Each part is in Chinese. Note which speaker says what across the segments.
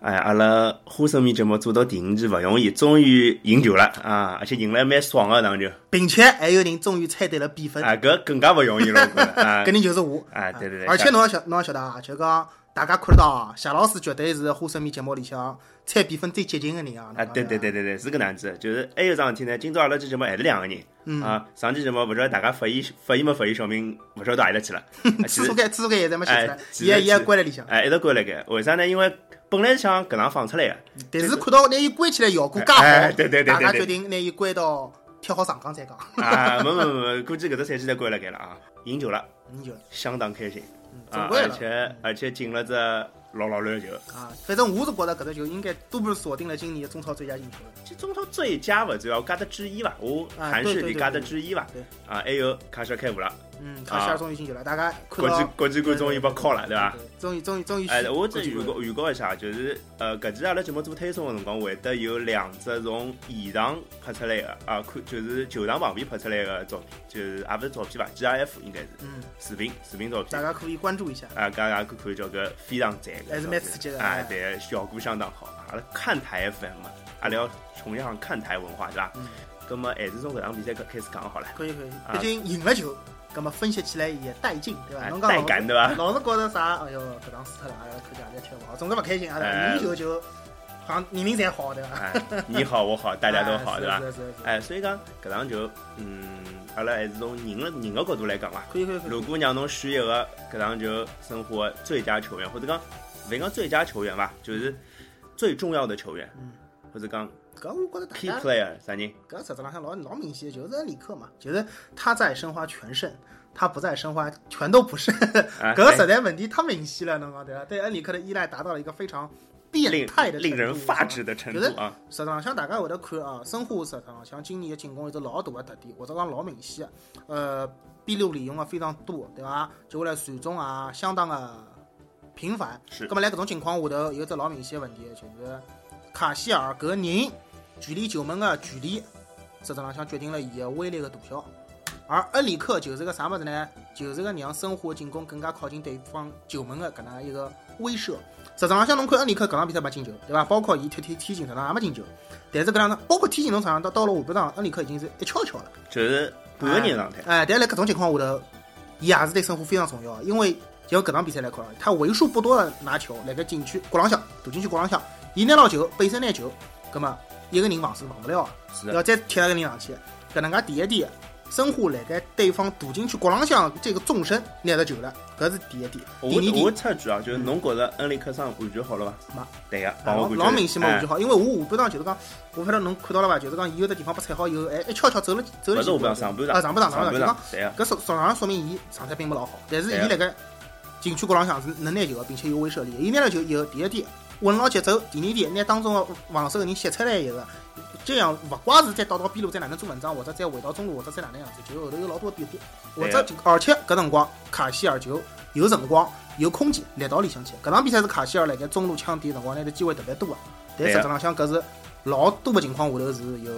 Speaker 1: 哎，阿拉花生米节目做到第五期勿容易，终于赢球了啊！而且赢了蛮爽个，当就
Speaker 2: 并且还有人终于猜对了比分，
Speaker 1: 啊，搿更加勿容易了，我觉得 啊
Speaker 2: 搿人就是我。
Speaker 1: 啊，对对对，
Speaker 2: 而且侬也晓侬也晓得啊，就讲大家看得到啊，谢老师绝对是花生米节目里向猜比分最接近的人啊。
Speaker 1: 啊，对对对对对，是搿能样子。就是还有桩事体呢，今朝阿拉这节目还是两个人、
Speaker 2: 嗯
Speaker 1: 啊。上期节目勿晓得大家发现发现没发现，小明勿晓得到阿里搭 去了。啊
Speaker 2: 对，
Speaker 1: 其
Speaker 2: 厕
Speaker 1: 实
Speaker 2: 所间厕所间现在没写出来
Speaker 1: 哎，其实
Speaker 2: 也也
Speaker 1: 是
Speaker 2: 关在里向，
Speaker 1: 哎，一直关辣盖，为啥呢？因为本来是想搿能放出来个，
Speaker 2: 但是看到拿伊关起来效果介好
Speaker 1: 哎，对对对对
Speaker 2: 大家
Speaker 1: 对
Speaker 2: 决定拿伊关到贴好上岗再讲，
Speaker 1: 啊，没没没，没估计搿只赛季侪关辣盖了啊，赢球了，
Speaker 2: 你就嗯
Speaker 1: 相当开心
Speaker 2: 总
Speaker 1: 啊，
Speaker 2: 归
Speaker 1: 而
Speaker 2: 了。
Speaker 1: 且而且进了只老老乱球。
Speaker 2: 啊，反正我是觉得搿只球应该多半锁定了今年的中超最佳进球了。
Speaker 1: 其实中超最佳勿主要加得之一伐，我
Speaker 2: 啊
Speaker 1: 韩
Speaker 2: 对
Speaker 1: 式
Speaker 2: 对
Speaker 1: 里
Speaker 2: 对
Speaker 1: 加
Speaker 2: 对
Speaker 1: 得之一伐
Speaker 2: 对，
Speaker 1: 啊，还有卡什开五了，
Speaker 2: 嗯，卡希尔终于进球了，大家看
Speaker 1: 啊国
Speaker 2: 到
Speaker 1: 际国际观终于被敲了，对伐？
Speaker 2: 对终于终于终于，
Speaker 1: 哎，我只预
Speaker 2: 国
Speaker 1: 告预告一下，就是呃，搿期阿拉节目做推送个辰光，会得有两只从现场拍出来个啊，看就是球场旁边拍出来个照片，就是也勿是照片吧，GIF 应该是
Speaker 2: 嗯，
Speaker 1: 视频视频照
Speaker 2: 大
Speaker 1: 片。
Speaker 2: 家可以关注一下。
Speaker 1: 啊，大家可看叫个非常赞个照片，
Speaker 2: 还是蛮刺激的
Speaker 1: 啊
Speaker 2: 哎！
Speaker 1: 对，效果相当好。阿拉看台 FM 嘛，阿拉要崇尚看台文化，对伐？
Speaker 2: 嗯。
Speaker 1: 葛末还哎是从搿场比赛开始讲好了。
Speaker 2: 可以可以，毕竟赢了球，葛么分析起来也带劲，对伐？
Speaker 1: 啊哎
Speaker 2: 呃侬讲
Speaker 1: 带
Speaker 2: 老
Speaker 1: 感对 伐？
Speaker 2: 老是觉着啥，哎哟，搿场输脱了，阿拉看见阿拉踢勿好，总归勿开心，阿拉
Speaker 1: 哎
Speaker 2: 赢球就好像人人侪好，对伐？
Speaker 1: 哎，你好，我好，大家都好，
Speaker 2: 哎
Speaker 1: 对伐？
Speaker 2: 是是是是，
Speaker 1: 哎，所以讲搿场球，嗯，阿拉还是从人个人个角度来讲伐。啊
Speaker 2: 可以可以可以，
Speaker 1: 如果让侬选一个搿场球生活最佳球员，或者讲勿讲最佳球员伐，就是最重要的球员，
Speaker 2: 嗯
Speaker 1: 或者讲
Speaker 2: 搿我觉着
Speaker 1: key
Speaker 2: 大家
Speaker 1: player 啥人？
Speaker 2: 搿实质浪向老老明显，就是恩里克嘛，就是他在申花全胜，他不在申花全都不胜，
Speaker 1: 啊，
Speaker 2: 搿实在问题太明显了，侬讲对伐？对恩里克的依赖达到了一个非常变
Speaker 1: 令
Speaker 2: 态的
Speaker 1: 令
Speaker 2: 程
Speaker 1: 人
Speaker 2: 度
Speaker 1: 发
Speaker 2: 是吧
Speaker 1: 指的程
Speaker 2: 觉得
Speaker 1: 度啊！
Speaker 2: 实际上向大家会得看啊，申花实际上向今年的进攻有只老大的特点，或者讲老明显的，呃，边路利用的非常多，对伐？接下来传中啊，相当的频繁。
Speaker 1: 是
Speaker 2: 葛么来搿种情况下头，有一只老明显的问题，就是卡希尔搿人距离球门的距离，实质浪向决定了伊的威力的大小。而恩里克就是个啥物事呢？就是个让申花进攻更加靠近对方球门的搿能一个威慑。实际上，像侬看恩里克搿场比赛没进球，对伐？包括伊踢踢踢进，实际上也没进球。但是搿两场，包括踢进侬场上到到了下半场，恩里克已经是一翘翘了。
Speaker 1: 就是半个人的状态。
Speaker 2: 哎，但辣搿种情况下头，伊也是对申花非常重要的，因为就搿场比赛来看，他为数不多的拿球辣盖禁区角浪向、大禁区角浪向，伊拿到球，背身拿球，葛末一个人防是啊防不了的。
Speaker 1: 是的，
Speaker 2: 要再贴了个人上去。搿能介第一点，申花辣盖对方大禁区角浪向这个纵深拿着球了，搿是第一点。
Speaker 1: 我
Speaker 2: 第二
Speaker 1: 我
Speaker 2: 点，
Speaker 1: 插句啊，就是侬觉着恩里克上感觉好了
Speaker 2: 没哎
Speaker 1: 伐？对个，帮
Speaker 2: 老
Speaker 1: 我感觉哎
Speaker 2: 老明显嘛，我就
Speaker 1: 就
Speaker 2: 好，因为我下半场就是讲，我勿晓得侬看到了伐？就是讲伊有的地方被踩好以后，哎，一悄悄走了走了
Speaker 1: 勿
Speaker 2: 几
Speaker 1: 是
Speaker 2: 步
Speaker 1: 我。讲上半
Speaker 2: 啊
Speaker 1: 场，
Speaker 2: 上半场上
Speaker 1: 上
Speaker 2: 半场
Speaker 1: 半场，对个，
Speaker 2: 搿说上上说明伊状态并不老好，但是伊
Speaker 1: 对啊
Speaker 2: 辣盖禁区角浪向是能拿球的，并且有威慑力。伊拿了球以后，第一点稳牢节奏，第二点拿当中的防守的人吸出来一个，这样勿怪是再倒到边路再哪能做文章，或者再回到中路，或者再哪能样子，就后头有老多的变化。或者就
Speaker 1: 啊
Speaker 2: 而且搿辰光卡希尔就有辰光有空间来到里向去。搿场比赛是卡希尔辣盖中路抢点辰光拿的机会特别多啊，但
Speaker 1: 对
Speaker 2: 实
Speaker 1: 啊
Speaker 2: 质浪向搿是老多的情况下头是由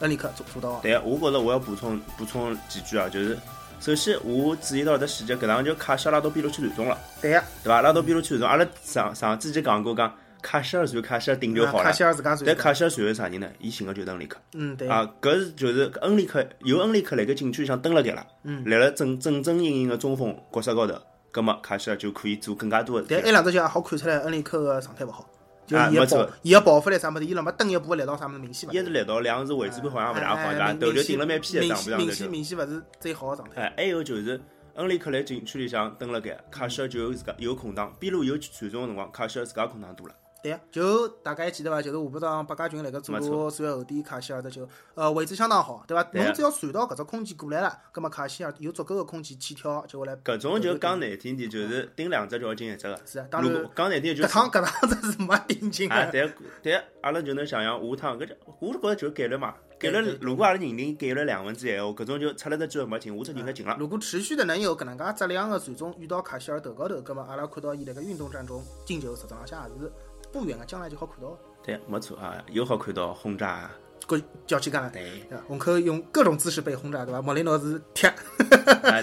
Speaker 2: 恩里克做做到的。
Speaker 1: 对个。我觉着我要补充补充几句啊，就是首先我注意到一个细节，搿场球卡西尔拉到边路去传中了，
Speaker 2: 对啊呀，
Speaker 1: 对伐？拉到边路去传中，阿拉上上之前讲过讲卡西尔传卡西尔顶就好
Speaker 2: 啊卡
Speaker 1: 了。
Speaker 2: 希尔自家传
Speaker 1: 但
Speaker 2: 的，
Speaker 1: 卡西尔传的啥人呢？伊寻个就是恩里克
Speaker 2: 嗯对，
Speaker 1: 啊，搿是就是恩里克有恩里克辣盖禁区里向蹲辣盖了，
Speaker 2: 嗯
Speaker 1: 辣辣正正正经经个中锋角色高头，葛末卡西尔就可以做更加多的事
Speaker 2: 但
Speaker 1: 体了。
Speaker 2: 埃两只球也好看出来，恩里克个状态勿好，就
Speaker 1: 啊
Speaker 2: 伊
Speaker 1: 没
Speaker 2: 个
Speaker 1: 错
Speaker 2: 爆，伊个爆发力啥物事，伊辣么蹬一步力道啥物事明显勿
Speaker 1: 一
Speaker 2: 对。
Speaker 1: 是力道，两是位置感好像勿大好，对伐？
Speaker 2: 哎
Speaker 1: 头
Speaker 2: 明
Speaker 1: 就
Speaker 2: 显
Speaker 1: 顶了蛮偏的，
Speaker 2: 明
Speaker 1: 上不
Speaker 2: 显
Speaker 1: 上
Speaker 2: 明
Speaker 1: 头
Speaker 2: 显
Speaker 1: 就。
Speaker 2: 明显勿是最好个状态。
Speaker 1: 哎，还有就是恩里克来禁区里向蹲辣盖，卡希尔啊就有自家有空档，边路有传中个辰光，卡希尔自家空档多了。
Speaker 2: 对呀，就大家还记得伐？就是下半场白家军辣盖左
Speaker 1: 没
Speaker 2: 路转后点，卡希尔只球，呃，位置相当好，对伐？
Speaker 1: 对呀
Speaker 2: 侬只要传到搿只空间过来了，葛末卡希尔有足够个空间起跳，接下来
Speaker 1: 搿种就讲难听点，就是顶两只就要进一只个。
Speaker 2: 是啊，嗯当
Speaker 1: 如
Speaker 2: 然
Speaker 1: 果讲难听点就
Speaker 2: 搿
Speaker 1: 是。
Speaker 2: 趟搿趟真是没定劲
Speaker 1: 啊，
Speaker 2: 个。
Speaker 1: 但但阿拉就能想象下趟搿只，我是觉着就是概率嘛，概
Speaker 2: 对对
Speaker 1: 率如果阿拉认定概率两分之一，搿种就出了只机会没进，下只应该进了。
Speaker 2: 如果持续的能有搿能介质量个传中遇到卡希尔头高头，葛末阿拉看到伊辣盖运动战中进球，实质浪向也是不远个啊将来就好看到哦的。
Speaker 1: 对，没错啊，又好看到轰炸，啊
Speaker 2: 过叫去干 了。
Speaker 1: 对，
Speaker 2: 对吧？红口用各种姿势被轰炸，对吧？莫雷诺是踢，
Speaker 1: 啊，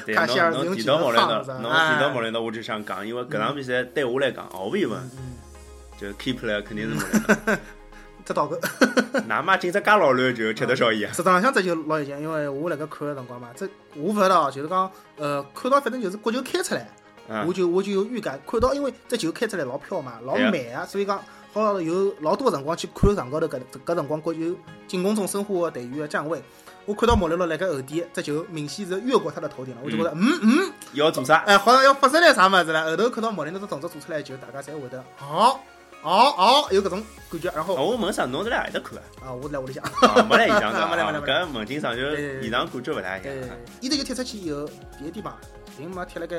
Speaker 1: 对，
Speaker 2: 卡希尔
Speaker 1: 侬侬
Speaker 2: 是用
Speaker 1: 提
Speaker 2: 几
Speaker 1: 到
Speaker 2: 个
Speaker 1: 莫雷
Speaker 2: 放
Speaker 1: 诺，
Speaker 2: 是吧
Speaker 1: 侬提到
Speaker 2: 哎嗯
Speaker 1: 莫雷诺，我就想讲，因为搿场比赛对我来讲毫无疑问，就 keep 了肯定是没了。
Speaker 2: 这倒个，
Speaker 1: 哪妈今朝介老乱，就吃得少伊啊。
Speaker 2: 实际上向这就老有劲，因为我辣盖看个辰光嘛，这我勿晓得哦，就是讲呃，看到反正就是国球开出来，
Speaker 1: 嗯
Speaker 2: 我，就我就有预感，看到因为这球开出来老飘嘛，老慢啊，所以讲好有老多辰光去看场高头搿搿辰光国球进攻中申花的队员的站位。我看到莫雷诺辣盖后点，这球明显是越过他的头顶了，我就觉得，嗯嗯，
Speaker 1: 要做啥？
Speaker 2: 哎，好像要发生点啥么子了。后头看到莫雷诺这动作做出来，就大家侪会得，哦哦哦，有搿种感觉。然后
Speaker 1: 哦我问啥？侬是辣何里搭看啊？
Speaker 2: 啊，我来屋里向，
Speaker 1: 啊没来现场
Speaker 2: 没来没来
Speaker 1: 是吧？
Speaker 2: 没来
Speaker 1: 搿问清爽就
Speaker 2: 对对对
Speaker 1: 现场感觉勿大一
Speaker 2: 对
Speaker 1: 样啊。，
Speaker 2: 伊这球踢出去以后，别的地方并没贴辣盖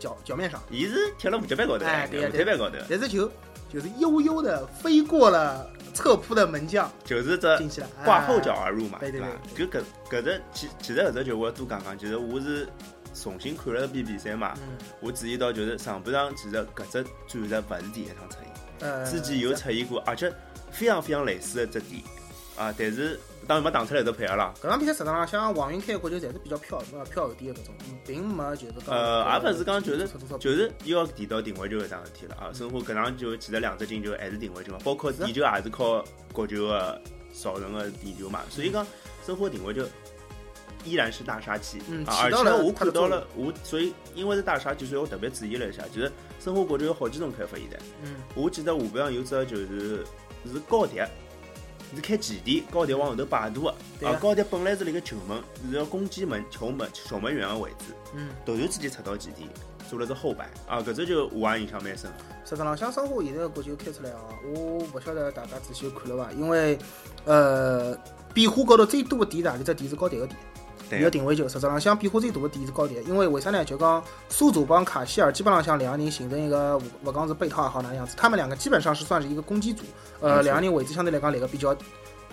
Speaker 2: 脚脚面上，
Speaker 1: 伊是贴了五级板高头
Speaker 2: 哎
Speaker 1: 的，
Speaker 2: 对呀
Speaker 1: 五
Speaker 2: 对呀
Speaker 1: 级板高头，
Speaker 2: 但是球就是悠悠的飞过了侧扑的门将
Speaker 1: 就是这
Speaker 2: 进去了，哎
Speaker 1: 挂后脚而入嘛，
Speaker 2: 对对
Speaker 1: 吧？就搿搿只其其实搿只球我多讲讲，其实我是重新看了一遍比赛嘛，
Speaker 2: 嗯，
Speaker 1: 我注意到就是上半场其实搿只战术勿是第一趟出现，
Speaker 2: 呃，
Speaker 1: 之前有
Speaker 2: 搿
Speaker 1: 出现过，而且非常非常类似的只点啊，但是当然没打出来就配合了。
Speaker 2: 场比赛实际上像王云开国球侪是比较飘，呃飘后点的搿种，并没就是讲
Speaker 1: 呃，也勿是讲就是
Speaker 2: 出出
Speaker 1: 就是又要提到定位球搿桩事体了
Speaker 2: 嗯
Speaker 1: 啊。申花搿场球其实两只进球还是定位球嘛，包括点球也是靠国球个造成个点球嘛。所以讲申花定位球依然是大杀器，
Speaker 2: 嗯
Speaker 1: 啊、
Speaker 2: 起
Speaker 1: 而且
Speaker 2: 到了
Speaker 1: 我
Speaker 2: 它的
Speaker 1: 看到
Speaker 2: 作用
Speaker 1: 了我，所以因为是大杀器，所以我特别注意了一下，就是申花国球有好几种开发现在。
Speaker 2: 嗯
Speaker 1: 我记得下半场有只就是是高迪，是开前点，高迪往后头摆渡个，
Speaker 2: 对啊
Speaker 1: 啊，高迪本来是辣盖球门，是要攻击门、球门、守门员个位置，
Speaker 2: 嗯，
Speaker 1: 突然之间出到前点，做了只后摆，啊，搿只就我也印象蛮深。
Speaker 2: 实际上像申花现在的国球开出来哦，我勿晓得大家仔细看了伐，因为呃变化高头最多的点哪里只点是高点个点。伊个定位球，实质浪向变化最大的点是高点，因为为啥呢？就讲苏佐帮卡希尔基本浪向两个人形成一个，勿勿讲是背套也好哪能样子，他们两个基本上是算是一个攻击组，
Speaker 1: 没
Speaker 2: 呃，
Speaker 1: 错
Speaker 2: 两个人位置相对来讲来个比较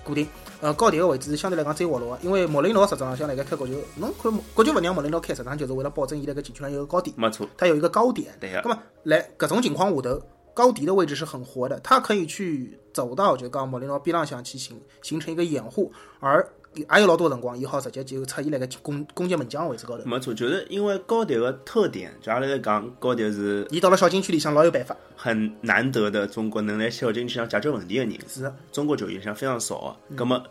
Speaker 2: 固定，呃，高点个位置是相对来讲最活络个，因为莫雷诺实质浪向辣盖开角球，侬看角球勿让莫雷诺开，实质上就是为了保证伊辣盖禁区内有个高点，
Speaker 1: 没错，
Speaker 2: 它有一个高点，
Speaker 1: 对个
Speaker 2: 那，么来搿种情况下头，高迪的位置是很活的，他可以去走到就讲莫雷诺边浪向去形形成一个掩护，而也有老多辰光，一号直接就出现辣盖攻攻击门将位置高头。
Speaker 1: 没错，就是因为高迪个特点，就阿拉在讲高迪是
Speaker 2: 伊到了小禁区里向老有办法，
Speaker 1: 很难得的中国能来小禁区上解决问题个人，
Speaker 2: 是的嗯
Speaker 1: 中国球员上非常少个，葛么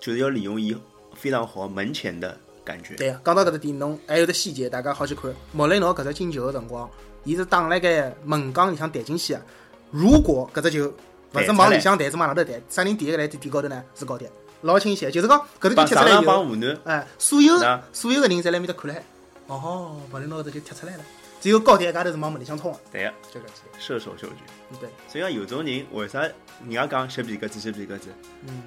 Speaker 1: 就是要利用伊非常好门前的感觉。
Speaker 2: 对呀。讲到搿只点，侬还有只细节，大家好去看。莫雷诺搿只进球个辰光，伊是打辣盖门杠里向弹进去的。如果搿只球勿是往里向弹，是往哪头弹？啥人第一个来点点高头呢？是高迪，老清显。就是讲搿只球
Speaker 1: 帮
Speaker 2: 踢
Speaker 1: 上
Speaker 2: 出来
Speaker 1: 海
Speaker 2: 以后
Speaker 1: 帮。湖南，
Speaker 2: 哎，所有
Speaker 1: 那
Speaker 2: 所有个人侪辣埃面搭看了海。哦，把人脑子就踢出来了，只有高铁一家头是往门里向冲的，
Speaker 1: 对个，
Speaker 2: 就搿几个。
Speaker 1: 射手嗅觉。
Speaker 2: 嗯对，
Speaker 1: 所以讲有种人为啥人家讲吸皮革子吸皮革子，
Speaker 2: 嗯，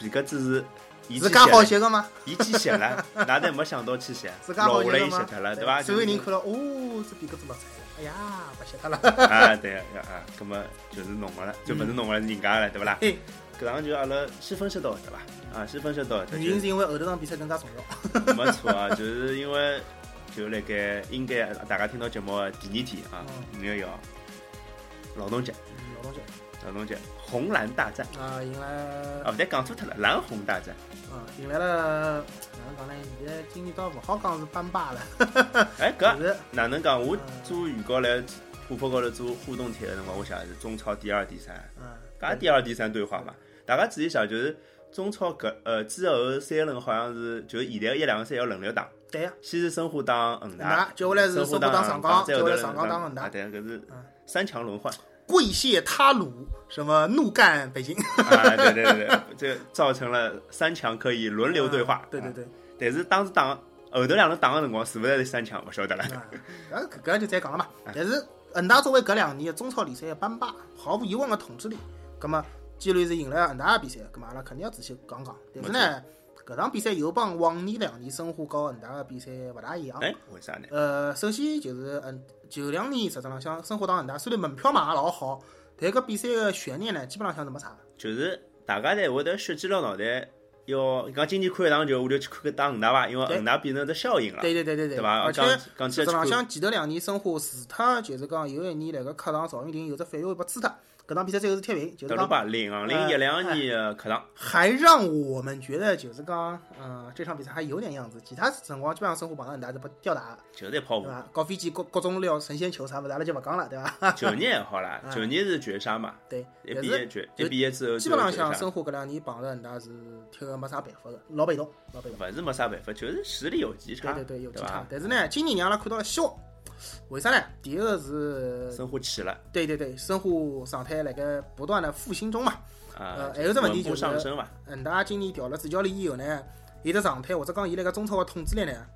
Speaker 1: 皮革子是伊
Speaker 2: 自
Speaker 1: 去
Speaker 2: 家好
Speaker 1: 吸，
Speaker 2: 些个嘛，
Speaker 1: 伊去吸 了，哪能没想到去吸，
Speaker 2: 自家
Speaker 1: 落下
Speaker 2: 好些
Speaker 1: 来
Speaker 2: 个
Speaker 1: 伊吸
Speaker 2: 嘛，
Speaker 1: 脱了，对伐？
Speaker 2: 所有
Speaker 1: 就是
Speaker 2: 人看了，哦，这比格子没菜了，哎呀，勿晓得 了。
Speaker 1: 啊，对啊，对啊，咁么就是侬个了，
Speaker 2: 嗯
Speaker 1: 就勿是侬个了，是人家个了，对勿啦？
Speaker 2: 哎，
Speaker 1: 搿场就阿拉先分析到搿搭伐？啊，先分析到搿搭
Speaker 2: 原因是因为后头场比赛更加重要。
Speaker 1: 就，没错啊，就是因为就辣盖应该啊大家听到节目个第二天啊，五月一号，劳动节，
Speaker 2: 嗯老东西
Speaker 1: 劳动节，红蓝大战
Speaker 2: 啊，迎来
Speaker 1: 啊，勿对，讲错脱了，蓝红大战。
Speaker 2: 啊，迎来了，哪能讲呢？现在今年倒勿好讲是班霸了，
Speaker 1: 哎，搿
Speaker 2: 但是
Speaker 1: 哪能讲？我
Speaker 2: 嗯
Speaker 1: 做预告来虎扑高头做互动帖个辰光，我想的是中超第二、第三，
Speaker 2: 嗯，
Speaker 1: 搿也第二、第三对话嘛。大家仔细想，就是中超搿呃之后三轮好像是就是现在一两个赛要轮流打，
Speaker 2: 对啊呀，
Speaker 1: 先是申花打恒
Speaker 2: 恒
Speaker 1: 大
Speaker 2: 大，接下来是
Speaker 1: 申花
Speaker 2: 申花打上
Speaker 1: 上
Speaker 2: 港
Speaker 1: 再后头
Speaker 2: 接下来上港打恒大
Speaker 1: 啊对，搿是
Speaker 2: 嗯
Speaker 1: 三强轮换
Speaker 2: 跪谢他鲁，什么怒干北京，
Speaker 1: 啊，对对对，对 这个造成了三强可以轮流对话
Speaker 2: 啊。对对
Speaker 1: 啊，
Speaker 2: 对。
Speaker 1: 但是当时打后头两轮打个辰光，是勿是还是三强勿晓得了。
Speaker 2: 啊，搿搿个就再讲了嘛。
Speaker 1: 哎
Speaker 2: 但是恒大作为搿两年中超联赛的班霸，毫无疑问的统治力，葛么既然是迎来恒大的比赛，葛么阿拉肯定要仔细讲讲。但是呢，搿场比赛又帮往年两年申花和恒大的比赛勿大一样。
Speaker 1: 哎，为啥呢？
Speaker 2: 呃，首先就是嗯，九两年实质浪向申花打恒大，虽然门票买也老好，但搿比赛的悬念呢，基本浪向是没
Speaker 1: 啊
Speaker 2: 啥的。
Speaker 1: 就是大家侪会得血溅了脑袋，要讲今天看一场球，我就去看个打恒大吧，因为
Speaker 2: 对
Speaker 1: 恒大变成只效应了，
Speaker 2: 对对对对对
Speaker 1: 对吧？
Speaker 2: 而且
Speaker 1: 讲讲起
Speaker 2: 实
Speaker 1: 来
Speaker 2: 质
Speaker 1: 去
Speaker 2: 浪
Speaker 1: 看，
Speaker 2: 向前头两年申花除脱就是讲有一年辣盖客场赵云霆有只犯规被吹脱，搿哎搿场比赛最后是踢平，就
Speaker 1: 德
Speaker 2: 是
Speaker 1: 鲁
Speaker 2: 讲
Speaker 1: 巴零零一两年的客场，
Speaker 2: 还让我们觉得就是讲，嗯、这场比赛还有点样子。其他辰光基本上申花碰到人家是不吊打，
Speaker 1: 就是在跑
Speaker 2: 对
Speaker 1: 步。
Speaker 2: 伐？搞飞机、各各种撩神仙球啥物事，阿拉就勿讲了，对伐？
Speaker 1: 九年也好啦，
Speaker 2: 哎
Speaker 1: 九年是绝杀嘛，
Speaker 2: 对，
Speaker 1: 一
Speaker 2: 但
Speaker 1: 毕
Speaker 2: 是
Speaker 1: 业绝
Speaker 2: 就
Speaker 1: 一毕业之后
Speaker 2: 基本
Speaker 1: 就
Speaker 2: 浪
Speaker 1: 绝杀
Speaker 2: 向申花搿两年碰着人家是踢个没啥办法的，老被动，老被动。
Speaker 1: 勿是没啥办法，就是实力有极差，
Speaker 2: 对对对，有
Speaker 1: 对
Speaker 2: 几差
Speaker 1: 吧。？
Speaker 2: 但是呢，今年让阿拉看到了希望。为啥呢？第一个是，
Speaker 1: 申花起了
Speaker 2: 对对对，申花状态辣盖不断的复兴中嘛。
Speaker 1: 啊
Speaker 2: 呃，还有只问题
Speaker 1: 稳步
Speaker 2: 就是
Speaker 1: 上升伐，
Speaker 2: 人家今年调了主教练以后呢，伊的状态或者讲伊那个中超的统治力呢，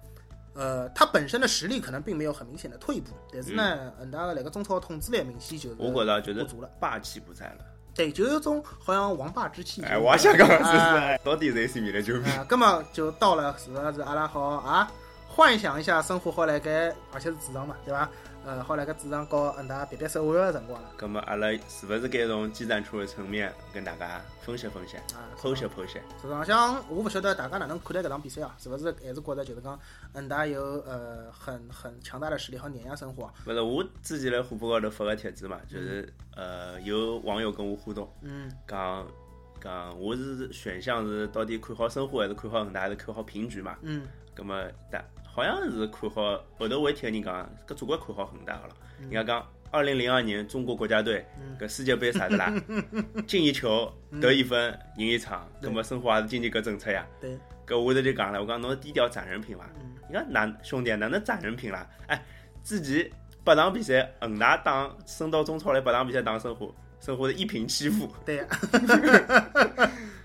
Speaker 2: 呃，他本身的实力可能并没有很明显的退步，但是呢，人家的那个中超的统治力明显就是
Speaker 1: 嗯我觉着就是
Speaker 2: 不足了，
Speaker 1: 霸气不在了。
Speaker 2: 对，就有种好像王霸之气。
Speaker 1: 哎，我也想讲是
Speaker 2: 啊
Speaker 1: 是，哎到底谁是米兰球迷？
Speaker 2: 啊，那么就到了是不是阿拉好啊？幻想一下生活好来该，而且是主场嘛，对伐？呃，好来该主场搞嗯大别别手腕的辰光了
Speaker 1: 那么阿拉是不是该从技战术的层面跟大家分析分析、
Speaker 2: 啊。
Speaker 1: 剖析剖析？
Speaker 2: 实际上向我勿晓得大家哪能看待搿场比赛啊？是勿是还是觉得就是讲恒大有呃很很强大的实力和碾压啊申花？
Speaker 1: 不是，我之前在虎扑高头发个帖子嘛，就是呃，有网友跟我互动，
Speaker 2: 嗯，
Speaker 1: 讲讲我是选项是到底看好申花还是看好恒大还是看好平局嘛？
Speaker 2: 嗯，
Speaker 1: 那么但好像是看好后头我也听人讲，搿总归看好恒大好了。人家讲二零零二年中国国家队搿世界杯啥的啦，进一球得一分赢一场，那么申花还是进行搿政策呀。
Speaker 2: 对，
Speaker 1: 搿我头就讲了，我讲侬低调攒人品伐？你看哪兄弟啊哪能攒人品啦？哎，之前八场比赛恒大打升到中超来八场比赛打申花，申花是一平七负，
Speaker 2: 对，啊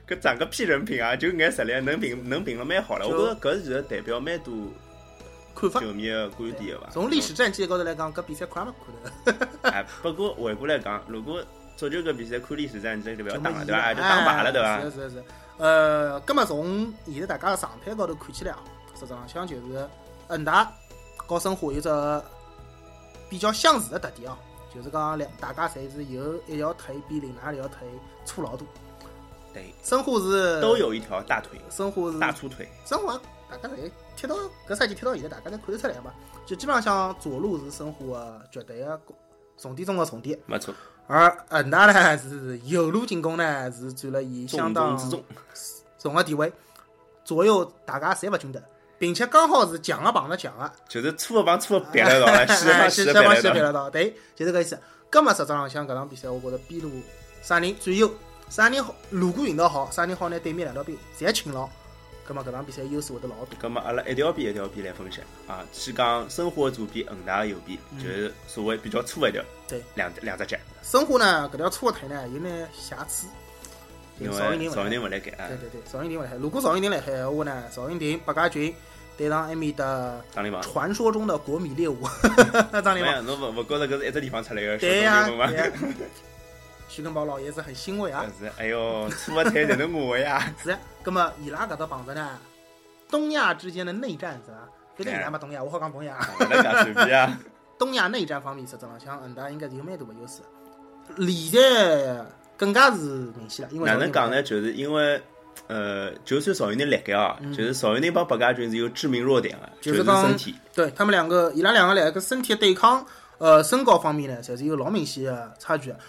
Speaker 1: 搿攒个屁人品啊！就眼实力能平能平了蛮好了，我
Speaker 2: 就
Speaker 1: 觉着搿是代表蛮多
Speaker 2: 看法。
Speaker 1: 球迷的观点的伐？
Speaker 2: 从历史战绩高头来讲，搿比赛看也没看的，
Speaker 1: 哎，不过回过来讲，如果足球搿比赛看历史战绩就勿要
Speaker 2: 就
Speaker 1: 打
Speaker 2: 没
Speaker 1: 了，
Speaker 2: 意义啊
Speaker 1: 对伐？哎就打罢了，对
Speaker 2: 是
Speaker 1: 伐？
Speaker 2: 是是。呃，葛末从现在大家的状态高头看起来啊，实际浪向就是恒大和申花有只比较相似的特点啊，就是讲两大家侪是有一条腿比另外一条腿粗老多。
Speaker 1: 对，
Speaker 2: 申花是
Speaker 1: 都，有一条大腿，
Speaker 2: 申花是
Speaker 1: 大粗腿，
Speaker 2: 申花大家侪踢到搿赛季踢到现在，大家侪看得出来嘛。就基本上像左路是申花的绝对的重点中的重点，
Speaker 1: 没错，
Speaker 2: 而恒大呢是右路进攻呢是占了伊相
Speaker 1: 重中
Speaker 2: 当
Speaker 1: 之重。
Speaker 2: 重的地位，左右大家侪勿均等，并且刚好是强的碰着强的，
Speaker 1: 就是粗的帮粗的别了到了，细的
Speaker 2: 哎
Speaker 1: 帮
Speaker 2: 西
Speaker 1: 细
Speaker 2: 西
Speaker 1: 的
Speaker 2: 帮西
Speaker 1: 别
Speaker 2: 别
Speaker 1: 了
Speaker 2: 了到，对，就是搿意思。葛么实质浪向搿场比赛，我觉着边路啥人最优，啥人好，如果运道好，啥人好呢？对面两道边侪勤劳，葛么搿场比赛优势会得老大。
Speaker 1: 到。咁么，阿拉一条边一条边来分析啊，先讲申花的左边，恒大的右边，就是所谓比较粗的一条，
Speaker 2: 嗯对，
Speaker 1: 两两只脚，
Speaker 2: 申花呢，搿条车腿呢有眼瑕疵，
Speaker 1: 因
Speaker 2: 就邵云
Speaker 1: 为
Speaker 2: 霆
Speaker 1: 少一
Speaker 2: 勿来。
Speaker 1: 人勿来改啊
Speaker 2: 对，对对，邵云霆勿来。如果邵云霆来海的话呢，邵云霆、白家军对上埃面的
Speaker 1: 张立王。
Speaker 2: 传说中的国米猎物
Speaker 1: 哎
Speaker 2: 张琳
Speaker 1: 呀，
Speaker 2: 芃，
Speaker 1: 侬勿勿觉着搿是一只地方出来个小
Speaker 2: 对
Speaker 1: 张
Speaker 2: 呀、
Speaker 1: 立王
Speaker 2: 对
Speaker 1: 吗？
Speaker 2: 呀、徐根宝老爷子很欣慰啊。
Speaker 1: 但是，哎哟，粗的菜哪能啊我 呀？
Speaker 2: 是，葛么伊拉搿搭碰着呢，东亚之间的内战是伐？别得伊拉嘛东亚，我好讲东亚啊。
Speaker 1: 勿能讲随便啊！
Speaker 2: 东亚内战方面，实质浪向恒嗯大应该是有蛮大的优势。现在更加是明显了，因为
Speaker 1: 哪
Speaker 2: 邵
Speaker 1: 能
Speaker 2: 云霆
Speaker 1: 讲
Speaker 2: 勿来
Speaker 1: 呢？就是因为，呃，就算邵云霆辣盖啊，就是邵云霆帮白家军是有致命弱点的，
Speaker 2: 嗯就是是讲
Speaker 1: 身体。
Speaker 2: 对他们两个，伊拉两个辣个身体对抗，呃，身高方面呢，侪是有老明显的差距的。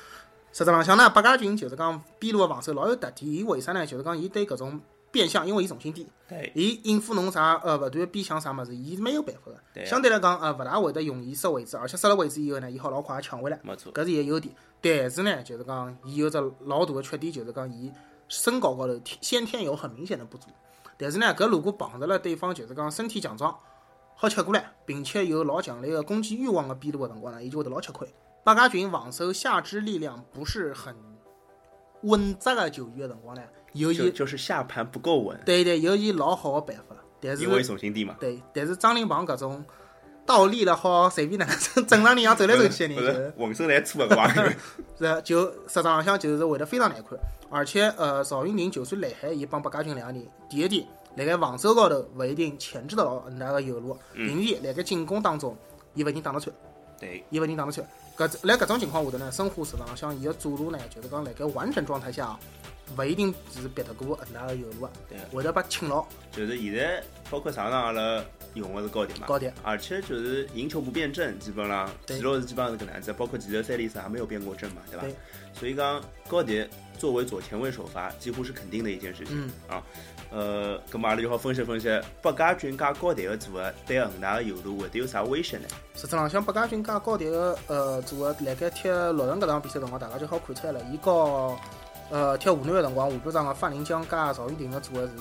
Speaker 2: 实质浪向呢，白家军就是讲边路的防守老有特点，伊为啥呢？就是讲伊对搿种变相，因为伊重心低，
Speaker 1: 对，
Speaker 2: 伊应付侬啥呃勿断变相啥物事，伊是没有办法
Speaker 1: 对
Speaker 2: 的。
Speaker 1: 啊
Speaker 2: 相对来讲，呃，勿大会得容易失位置，而且失了位置以后呢，伊好老快抢回来，
Speaker 1: 没错。
Speaker 2: 搿是伊的优点。但是呢，就是讲伊有只老大的缺点，就是讲伊身高高头天先天有很明显的不足。但是呢，搿如果碰着了对方就是讲身体强壮，好吃过来，并且有老强烈的攻击欲望的边路的辰光呢，伊就会得老吃亏。八家群防守下肢力量不是很稳扎的球员的辰光呢，有
Speaker 1: 就
Speaker 2: 伊
Speaker 1: 就是下盘不够稳，
Speaker 2: 对对有伊老好的办法，但是
Speaker 1: 因为重心低嘛。
Speaker 2: 对，但是张琳芃搿种倒立了好随便哪能 正正常人样走来走去的
Speaker 1: 不
Speaker 2: 人，
Speaker 1: 是浑身来粗的对 伐？
Speaker 2: 是就实际浪向就是会得非常难看。而且呃，邵云霆就算来海，伊帮白家军两个人，第一点，辣盖防守高头勿一定钳制得牢人家个右路；第二点，辣盖进攻当中，伊勿一定打得穿，
Speaker 1: 对，
Speaker 2: 伊勿一定打得穿。搿辣搿种情况下头呢，申花实际浪向伊个左路呢，就是讲辣盖完整状态下啊，勿一定是逼得过人家个右路啊
Speaker 1: 对啊，
Speaker 2: 会得被侵牢。
Speaker 1: 就是现在包括上上阿拉用的是高铁嘛，
Speaker 2: 高铁，
Speaker 1: 而且就是赢球不变阵，基本上
Speaker 2: 对
Speaker 1: 前头是基本上是搿能样子，包括前头三连胜还没有变过阵嘛，对吧？
Speaker 2: 对
Speaker 1: 所以讲高铁作为左前卫首发，几乎是肯定的一件事情。啊
Speaker 2: 嗯，
Speaker 1: 呃，咁嘛阿拉就好分析分析，北家军加高铁的组合对恒大的右路会得有啥威胁呢？
Speaker 2: 实质浪向北家军加高铁个呃组合，辣盖踢六人搿场比赛辰光，大家就好看出来了。伊和呃踢湖南个辰光，下半场个范林江加赵玉婷个组合是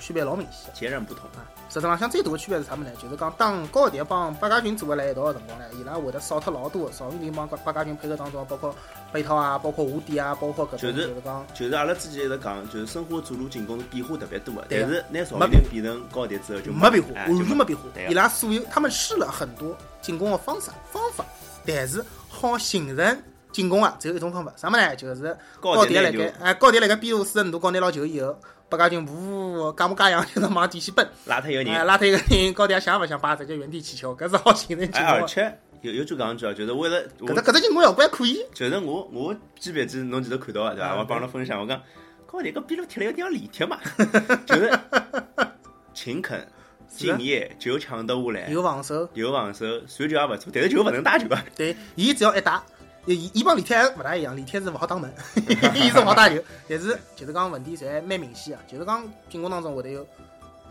Speaker 2: 区别老明显的。
Speaker 1: 截然不同。
Speaker 2: 啊，实质浪向最大个区别是啥物事呢？就是讲当高铁帮八家军组合辣一道个辰光呢，伊拉会得少脱老多邵云林帮八家军配合当中，包括配套啊，包括无敌啊，包括搿
Speaker 1: 就
Speaker 2: 种
Speaker 1: 是
Speaker 2: 就是讲
Speaker 1: 就是阿拉之前一直讲，就是申花左路进攻变化特别多的，
Speaker 2: 对啊
Speaker 1: 但是拿邵
Speaker 2: 没
Speaker 1: 云林变成高铁之后就
Speaker 2: 没变化，
Speaker 1: 哎
Speaker 2: 完
Speaker 1: 就
Speaker 2: 全没变化
Speaker 1: 对。啊
Speaker 2: 伊拉所有他们试了很多进攻的方式方法，但是好形成进攻啊，只有一种方法，啥物事呢？就是
Speaker 1: 高
Speaker 2: 铁
Speaker 1: 铁
Speaker 2: 辣
Speaker 1: 内
Speaker 2: 盖
Speaker 1: 流
Speaker 2: 哎，高铁辣盖边路四十五度高拿牢球以后，八家军呜嘎木嘎样 就是往底线奔，
Speaker 1: 拉他一个人
Speaker 2: 哎，。拉他一个人，高铁也想也勿想，把直接原地起球，搿是好形
Speaker 1: 哎，
Speaker 2: 成进攻
Speaker 1: 而
Speaker 2: 的。
Speaker 1: 且有有句讲句啊，就是为了我
Speaker 2: 搿只搿只进攻效果还可以。
Speaker 1: 就是我我记笔记侬前头看到的啊对伐？
Speaker 2: 嗯
Speaker 1: 我帮侬分享，我讲高铁搿边路踢了有点像李铁嘛，就是勤恳、
Speaker 2: 是的
Speaker 1: 敬业、球抢得下来，
Speaker 2: 有防守，
Speaker 1: 有防守，传球也勿错，但是球勿能打球啊。
Speaker 2: 对，伊只要一打，伊伊帮李天还勿大一样，李天是勿好打门， 伊是勿好打球，但是就是讲问题侪蛮明显啊，就是讲进攻当中会得有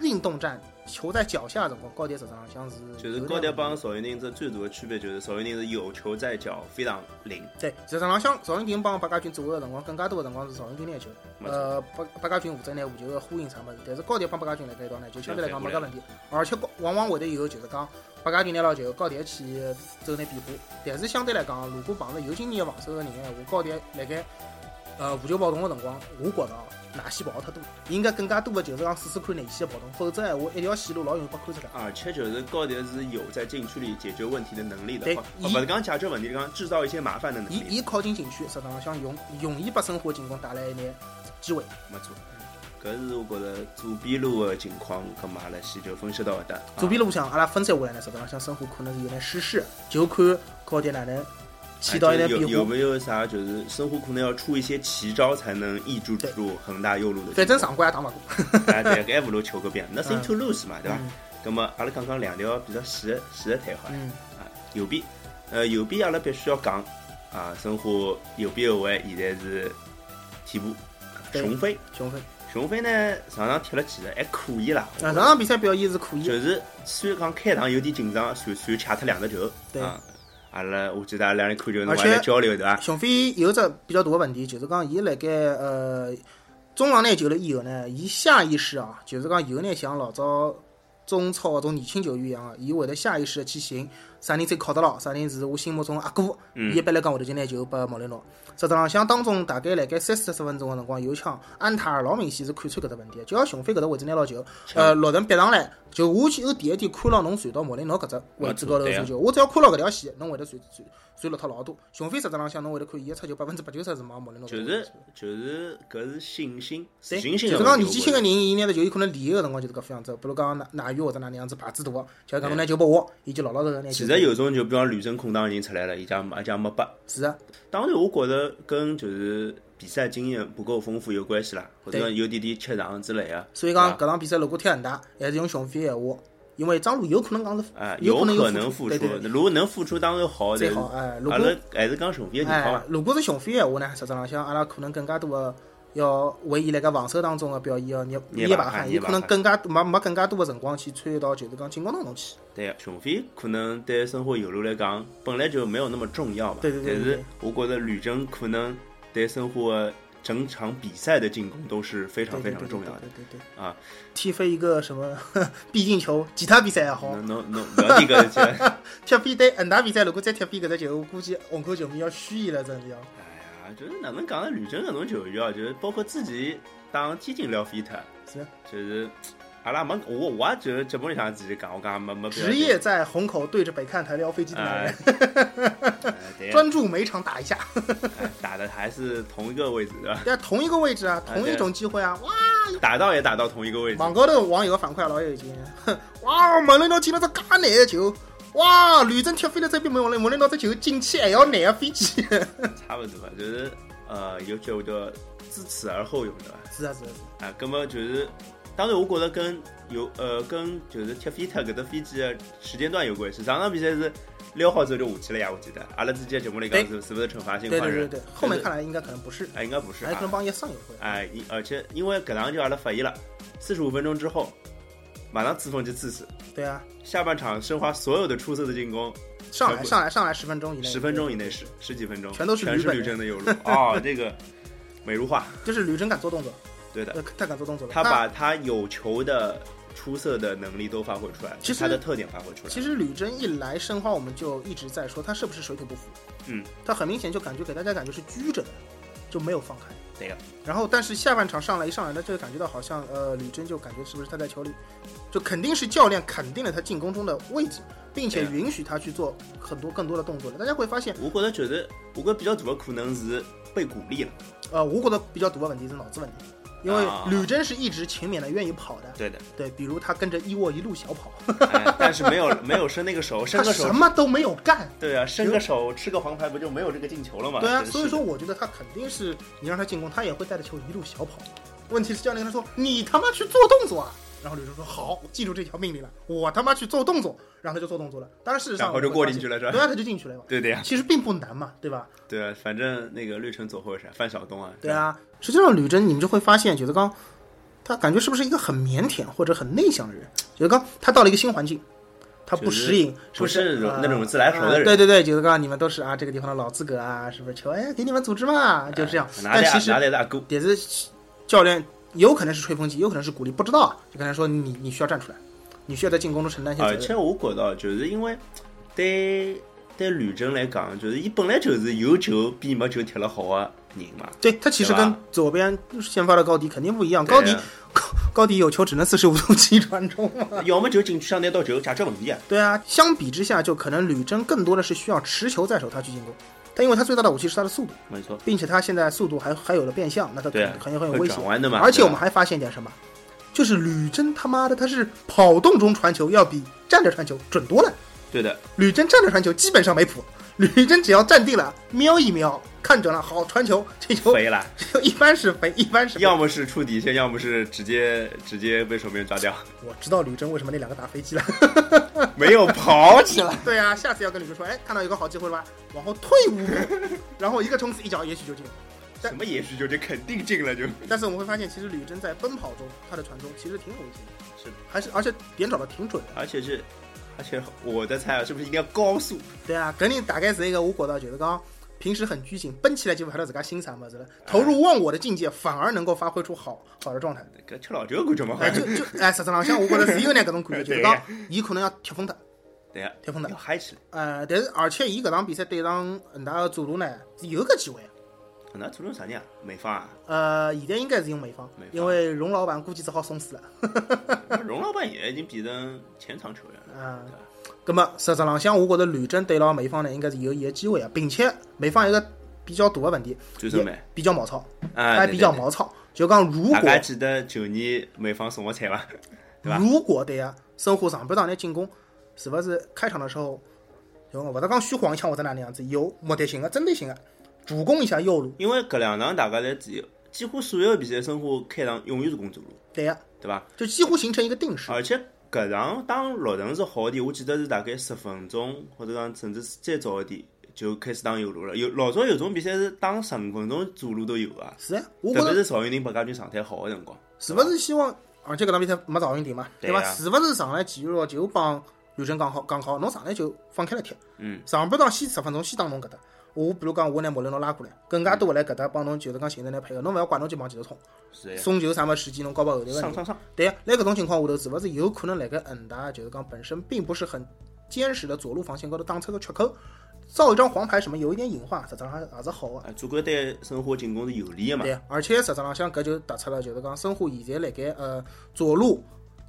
Speaker 2: 运动战，球在脚下的辰光，高铁实质上像是
Speaker 1: 就是高铁帮邵云林这最大的区别就是邵云林是有球在脚，非常灵。
Speaker 2: 对，实质上像赵云霆帮八家军组合的辰光，更加多的辰光是赵云霆拿球，
Speaker 1: 没错
Speaker 2: 呃，八八家军负责拿无球的呼应啥物事，但是高铁帮八家军辣盖一道呢，就相对来讲没搿问题，而且高往往会得有就是讲八家军拿到球，高铁去走眼变化，但是相对来讲，如果碰着有经验的防守的人闲话，高铁辣盖呃无球跑动的辰光，我觉着啊外线跑得太多，应该更加多的就是讲试试看内线的跑动，否则闲话一条线路老容易被看出来。
Speaker 1: 而且啊就是高铁是有在禁区里解决问题的能力的，
Speaker 2: 对
Speaker 1: 或
Speaker 2: 一
Speaker 1: 或不是讲解决问题，讲制造一些麻烦的能
Speaker 2: 伊
Speaker 1: 力。
Speaker 2: 伊靠近禁区，实质上想容容易把申花进攻带来一眼机会。
Speaker 1: 没错，搿是我觉着左边路的情况，搿么阿拉先就分析到搿搭。
Speaker 2: 左边
Speaker 1: 路
Speaker 2: 路上，阿拉分析下来呢，实质上像申花可能是有点失势，就看高点哪能起到一点
Speaker 1: 有有
Speaker 2: 变化。
Speaker 1: 没有啥就是申花可能要出一些奇招才能抑制住恒大右路的进攻？
Speaker 2: 反正上关也打不过，
Speaker 1: 哎对，搿还不如求个变，nothing to lose 嘛，对伐
Speaker 2: 嗯？
Speaker 1: 葛么阿拉讲讲两条比较细的细的谈好了。
Speaker 2: 嗯，
Speaker 1: 啊，右边，呃，右边阿拉必须要讲啊，申花右边后卫现在是替补
Speaker 2: 对
Speaker 1: 熊飞，
Speaker 2: 熊飞。
Speaker 1: 熊飞呢上场踢了几个还可以啦，
Speaker 2: 啊，上场比赛表现是可以
Speaker 1: 就
Speaker 2: 的，
Speaker 1: 是虽然讲开场有点紧张，随随后抢脱两个球，
Speaker 2: 对
Speaker 1: 啊，阿拉我记得阿拉两人看球，
Speaker 2: 而
Speaker 1: 侬
Speaker 2: 且
Speaker 1: 还在交流对伐？
Speaker 2: 熊飞有一只比较大的问题，就是讲伊辣盖呃中场拿球了以后呢，伊下意识啊，就是讲有眼像老早中超搿种年轻球员一样啊，伊会得下意识的去寻啥人最靠得牢，啥人是我心目中的阿哥。伊一
Speaker 1: 嗯，
Speaker 2: 般来讲会得就拿球拨莫雷诺。实质浪向当中大概辣盖三四十分钟个辰光，有一枪安踏尔老明显是看穿搿只问题，就要熊飞搿只位置拿牢球，呃，洛神逼上来，就我就有第一点看牢侬传到莫雷诺搿只位置高头
Speaker 1: 没错对啊
Speaker 2: 传球，我只要看牢搿条线，侬会得传传传落脱老多。熊飞实质浪向侬会得看伊个出球百分之八九十是往莫雷诺搿
Speaker 1: 就
Speaker 2: 边
Speaker 1: 是
Speaker 2: 传的。
Speaker 1: 就是搿是信心，自
Speaker 2: 对，
Speaker 1: 信
Speaker 2: 就
Speaker 1: 心
Speaker 2: 是讲年纪轻个人，伊拿着球，有可能练个辰光就是搿副样子，比如讲哪哪鱼或者哪能样子牌子大，就是讲侬拿球拨我，伊就老老实实拿球。
Speaker 1: 其实，有种就比方吕征空当已经出来了，伊讲而且没拨。
Speaker 2: 是啊，
Speaker 1: 当然，我觉得跟就是比赛经验不够丰富有关系啦，或者
Speaker 2: 对
Speaker 1: 讲有点点吃糖之类啊。
Speaker 2: 所以讲
Speaker 1: 对吧，
Speaker 2: 搿场比赛如果踢恒大，还是用熊飞闲话，因为张路有可能讲是
Speaker 1: 啊，
Speaker 2: 有
Speaker 1: 有
Speaker 2: 可
Speaker 1: 可
Speaker 2: 能有
Speaker 1: 能
Speaker 2: 付
Speaker 1: 付
Speaker 2: 出
Speaker 1: 出
Speaker 2: 对对，
Speaker 1: 如果能付出当然好，但
Speaker 2: 最
Speaker 1: 是
Speaker 2: 好哎，如
Speaker 1: 阿
Speaker 2: 果
Speaker 1: 拉还是讲熊飞的情况
Speaker 2: 哎
Speaker 1: 嘛，，
Speaker 2: 如果是熊飞闲话呢，实质浪向阿拉可能更加多的要为伊辣盖防守当中的表现要捏
Speaker 1: 捏
Speaker 2: 捏
Speaker 1: 把
Speaker 2: 把
Speaker 1: 汗
Speaker 2: 汗，
Speaker 1: 捏
Speaker 2: 伊可
Speaker 1: 把
Speaker 2: 能
Speaker 1: 汗
Speaker 2: 更加没没更加多的辰光去参与到就是讲进攻当中去。
Speaker 1: 对，熊飞可能对申花有路来讲本来就没有那么重要嘛，
Speaker 2: 对对对
Speaker 1: 但
Speaker 2: 对
Speaker 1: 是
Speaker 2: 对
Speaker 1: 我觉得吕征可能对申花整场比赛的进攻都是非常
Speaker 2: 对
Speaker 1: 非
Speaker 2: 对
Speaker 1: 常
Speaker 2: 对
Speaker 1: 重
Speaker 2: 对
Speaker 1: 要的
Speaker 2: 对对对，
Speaker 1: 啊。
Speaker 2: 踢飞一个什么 必进球，其他比赛还好，
Speaker 1: 能能能，不要这个，这 哎
Speaker 2: 踢飞对恒大比赛如果再踢飞搿只球，我估计虹口球迷要虚伊了，真的要。
Speaker 1: 呀，就是哪能讲呢？吕征搿种球员啊，就是包括自己打天津廖菲特。
Speaker 2: 是
Speaker 1: 啊就是阿拉没我我也就是节目里向自己讲，我讲没没必要
Speaker 2: 职业在虹口对着北看台撩飞机的 男
Speaker 1: 哎哎
Speaker 2: 人，，
Speaker 1: 对啊，
Speaker 2: 专注每场打一下。
Speaker 1: 哎打的还是同一个位置对吧？
Speaker 2: 对啊，同一个位置啊，
Speaker 1: 啊
Speaker 2: 同一种机会啊，哇！
Speaker 1: 打到也打到同一个位置，
Speaker 2: 网高头网友反馈老哎有劲，哼， 哇！门雷诺进了只介难的球，哇！吕征踢飞了这边门门门雷诺这球进去还要难啊飞机。
Speaker 1: 差不多吧，就是呃，有句话叫知耻而后勇对吧？
Speaker 2: 是啊是啊，是啊
Speaker 1: 啊，那么就是当然，我觉着跟有呃跟就是踢飞特搿只飞机的时间段有关系。上场比赛是撩好之后就下去了呀，我记得。阿拉之前节目里讲是是不是惩罚性
Speaker 2: 对
Speaker 1: 放
Speaker 2: 对对
Speaker 1: 人？
Speaker 2: 对，后面看来应该可能不是，
Speaker 1: 啊，应该不是
Speaker 2: 还可
Speaker 1: 啊。
Speaker 2: 能帮伊上一回。
Speaker 1: 哎，因而且因为搿场就阿拉发现了，四十五分钟之后，马上自封就自死。
Speaker 2: 对啊，
Speaker 1: 下半场申花所有的出色的进攻，
Speaker 2: 上
Speaker 1: 全
Speaker 2: 来
Speaker 1: 部
Speaker 2: 上来上来十分钟以内，
Speaker 1: 十分钟以内十十几分钟，
Speaker 2: 全都是
Speaker 1: 全
Speaker 2: 吕
Speaker 1: 是
Speaker 2: 本
Speaker 1: 吕
Speaker 2: 人
Speaker 1: 正的右路。哦，这个美如画，
Speaker 2: 就是吕征敢做动作，
Speaker 1: 对的。
Speaker 2: 呃，他敢做动作了。
Speaker 1: 他
Speaker 2: 那
Speaker 1: 把他有球的出色的能力都发挥出来，
Speaker 2: 其实
Speaker 1: 他的特点发挥出来。
Speaker 2: 其实吕征一来申花，我们就一直在说他是不是水土不服。
Speaker 1: 嗯，
Speaker 2: 他很明显就感觉给大家感觉是拘着的，就没有放开。
Speaker 1: 对的。
Speaker 2: 然后，但是下半场上来一上来呢，就感觉到好像呃，吕征就感觉是不是他在球里，就肯定是教练肯定了他进攻中的位置，并且
Speaker 1: 对啊
Speaker 2: 允许他去做很多更多的动作了。大家会发现，
Speaker 1: 我觉得确实，我觉得比较大的可能是被鼓励了。
Speaker 2: 呃，我觉得比较大的问题是脑子问题，因为
Speaker 1: 啊
Speaker 2: 吕征是一直勤勉的愿意跑的，
Speaker 1: 对的，
Speaker 2: 对，比如他跟着伊沃一路小跑，
Speaker 1: 哎、 但是没有没有伸那个手，伸
Speaker 2: 他
Speaker 1: 个手
Speaker 2: 什，么都没有干，
Speaker 1: 对啊，伸个手吃个黄牌不就没有这个进球了吗？
Speaker 2: 对啊，
Speaker 1: 真是
Speaker 2: 所以
Speaker 1: 的
Speaker 2: 说我觉得他肯定是你让他进攻，他也会带着球一路小跑。问题是教练跟他说：“你他妈去做动作啊！”然后吕征说：“好，我记住这条命令了，我他妈去做动作。”然后他就做动作了。当然事实上
Speaker 1: 然后就
Speaker 2: 我们
Speaker 1: 过
Speaker 2: 发现
Speaker 1: 进去了是吧
Speaker 2: 对啊，他就进去了嘛。
Speaker 1: 对的呀，
Speaker 2: 其实并不难嘛，对吧？
Speaker 1: 对啊，反正那个绿城左后卫是范晓东啊，
Speaker 2: 对，啊，实际上吕征你们就会发现，觉得刚他感觉是不是一个很腼腆或者很内向的人？觉得刚他到了一个新环境。他不
Speaker 1: 就是
Speaker 2: 适应，
Speaker 1: 不是
Speaker 2: 是
Speaker 1: 那种
Speaker 2: 啊
Speaker 1: 那种自来熟的人
Speaker 2: 啊对对对，觉得刚你们都是啊，这个地方的老资格啊，是不是？求哎，给你们组织嘛，就这样。
Speaker 1: 拿
Speaker 2: 但
Speaker 1: 点
Speaker 2: 其实
Speaker 1: 拿点大哥，
Speaker 2: 也是教练有可能是吹风机，有可能是鼓励，不知道啊。就跟他说你你需要站出来，你需要在进攻中承担一些责
Speaker 1: 而
Speaker 2: 任。
Speaker 1: 且我觉得就是因为对对吕征来讲，就是伊本来就是有球比没球踢了好的人嘛，
Speaker 2: 对他其实
Speaker 1: 对吧
Speaker 2: 跟左边先发的高迪肯定不一样，
Speaker 1: 对啊
Speaker 2: 高迪高高迪有球只能四十五度七传中啊 嘛。
Speaker 1: 要么就禁区上拿到球解决问题啊。
Speaker 2: 对啊，相比之下，就可能吕征更多的是需要持球在手，他去进攻。但因为他最大的武器是他的速度，
Speaker 1: 没错，
Speaker 2: 并且他现在速度还还有了变向，那他
Speaker 1: 对啊
Speaker 2: 肯肯定很有
Speaker 1: 会
Speaker 2: 威胁
Speaker 1: 转。弯的嘛。
Speaker 2: 而且
Speaker 1: 对
Speaker 2: 我
Speaker 1: 吧
Speaker 2: 们还发现一点什么，就是吕征他妈的他是跑动中传球要比站着传球准多了。
Speaker 1: 对的，
Speaker 2: 吕征站着传球基本上没谱，吕征只要站定了，瞄一瞄，看准了，好传球，这球
Speaker 1: 飞了，
Speaker 2: 这 球一般是肥，一般是肥。
Speaker 1: 要么是触底线，要么是直接直接被守门员抓掉，
Speaker 2: 我知道吕征为什么那两个打飞机了。
Speaker 1: 没有跑起来。
Speaker 2: 对啊，下次要跟吕征说，哎，看到有个好机会了吧，往后退五 步，然后一个冲刺，一脚也许就进了。
Speaker 1: 什么也许就这肯定进了就。
Speaker 2: 但是我们会发现，其实吕征在奔跑中，他的传中其实挺有危险的，
Speaker 1: 是的
Speaker 2: 还是而且点找的挺准的。
Speaker 1: 而且是，而且我在猜啊，是不是一定要高速？
Speaker 2: 对啊，搿人大概是一个我觉得就是讲平时很拘谨，奔起来就拍到自家欣赏么子了，投入忘我的境界，反而能够发挥出好好的状态。
Speaker 1: 搿吃老酒感觉嘛，
Speaker 2: 哎，就就哎，实质浪向我觉得是有眼搿种感觉，就
Speaker 1: 对
Speaker 2: 是讲伊可能要踢疯脱，
Speaker 1: 对呀，
Speaker 2: 踢疯脱
Speaker 1: 要。嗨起来。
Speaker 2: 呃，但是而且伊搿场比赛对上恒大的左路呢是有搿机会的。
Speaker 1: 那做成啥人啊？美方啊，
Speaker 2: 呃，现在应该是用美方
Speaker 1: 美，方
Speaker 2: 因为荣老板估计只好送死了。
Speaker 1: 荣老板也已经变成前场球员了。
Speaker 2: 啊
Speaker 1: 对吧
Speaker 2: 葛么实质浪向我觉得吕征对牢美方呢应该是有伊个机会啊，并且美方有一个比较大的问题，
Speaker 1: 最终美，
Speaker 2: 比较毛糙，
Speaker 1: 啊，
Speaker 2: 还
Speaker 1: 对
Speaker 2: 比较。
Speaker 1: 对对
Speaker 2: 毛糙。就讲如
Speaker 1: 大
Speaker 2: 果
Speaker 1: 家记得九年美方送我菜伐？对吧
Speaker 2: 如果对啊，申花上半场的进攻是不是开场的时候，就我勿是讲虚晃一枪或者哪能样子，有目的性的、针对性的，啊主攻一下右路，
Speaker 1: 因为搿两场大家侪只有几乎所有比赛，申花开场永远是攻左路，
Speaker 2: 对呀、
Speaker 1: 对伐？
Speaker 2: 就几乎形成一个定势。
Speaker 1: 而且搿场当六成是好点，我记得是大概十分钟或者讲甚至是再早一点就开始打右路了。有老早有种比赛是打十五分钟左路都有啊，
Speaker 2: 是呀，我觉
Speaker 1: 特别
Speaker 2: 得
Speaker 1: 是邵云林白家军状态好的辰光。
Speaker 2: 是不是希望，啊而且搿场比赛没赵云顶嘛，
Speaker 1: 对呀
Speaker 2: 伐？是不是上来几弱就帮吕征讲好讲好，侬上来就放开了踢，
Speaker 1: 嗯，
Speaker 2: 上半场先十分钟先打侬搿搭。我比如讲，我拿莫雷诺拉过来，更加多的来搿搭帮侬就是讲形成来配合，侬勿要怪侬就往前头冲，
Speaker 1: 是呀，
Speaker 2: 送球啥么时机侬交拨后头个人
Speaker 1: 上。上上，
Speaker 2: 对呀、那搿种情况下头，是勿是有可能辣盖恒大就是讲本身并不是很坚实的左路防线高头打出个缺口，造一张黄牌什么有一点隐患，实质上还也是好个、
Speaker 1: 啊，足够对申花进攻是有利的嘛
Speaker 2: 对。呀、而且实质上向搿就突出了就是讲申花现在辣盖呃左路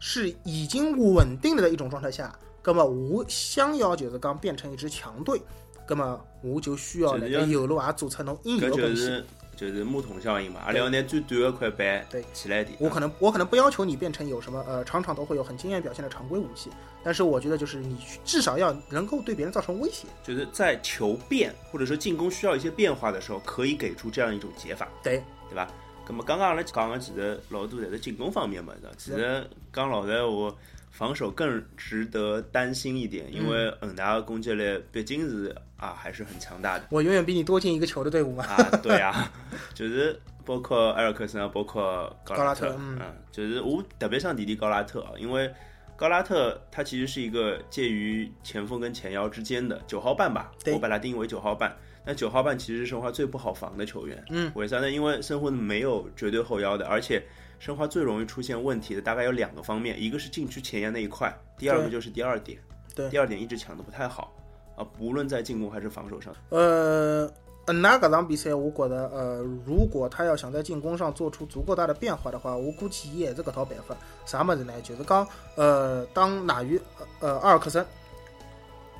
Speaker 2: 是已经稳定了的一种状态下，葛么我想要就是讲变成一支强队，葛么我就需要辣
Speaker 1: 就是要
Speaker 2: 盖右路也做出侬应
Speaker 1: 搿
Speaker 2: 有的
Speaker 1: 就
Speaker 2: 贡献。
Speaker 1: 是就是木桶效应嘛，阿拉要拿最短的快板
Speaker 2: 对
Speaker 1: 起来一点。
Speaker 2: 我可能我可能不要求你变成有什么呃场场都会有很惊艳表现的常规武器，但是我觉得就是你去至少要能够对别人造成威胁。
Speaker 1: 就是在球变或者说进攻需要一些变化的时候，可以给出这样一种解法，
Speaker 2: 对，
Speaker 1: 对吧？咁么刚刚阿拉讲个其实老多侪是进攻方面物事，其实讲老实话，防守更值得担心一点，因为恒大的攻击力毕竟是啊还是很强大的
Speaker 2: 我永远比你多进一个球的队伍嘛。
Speaker 1: 啊，对 啊，就是包括埃尔克森啊，包括高
Speaker 2: 高拉
Speaker 1: 特
Speaker 2: 特，嗯
Speaker 1: 就是我特别想提提高拉特啊，因为高拉特他其实是一个介于前锋跟前腰之间的九号半吧，
Speaker 2: 对
Speaker 1: 我把它定义为九号半。那九号半其实是申花最不好防的球员，
Speaker 2: 嗯，
Speaker 1: 为啥呢？因为申花没有绝对后腰的，而且申花最容易出现问题的大概有两个方面，一个是禁区前沿那一块，第二个
Speaker 2: 对
Speaker 1: 就是第二点，
Speaker 2: 对
Speaker 1: 第二点一直抢的不太好啊，无论在进攻还是防守上，
Speaker 2: 呃，恩纳搿场比赛，我觉得，呃，如果他要想在进攻上做出足够大的变化的话，我估计伊还是搿套办法。啥物事呢？就是讲，呃，当纳鱼，呃，阿尔克森，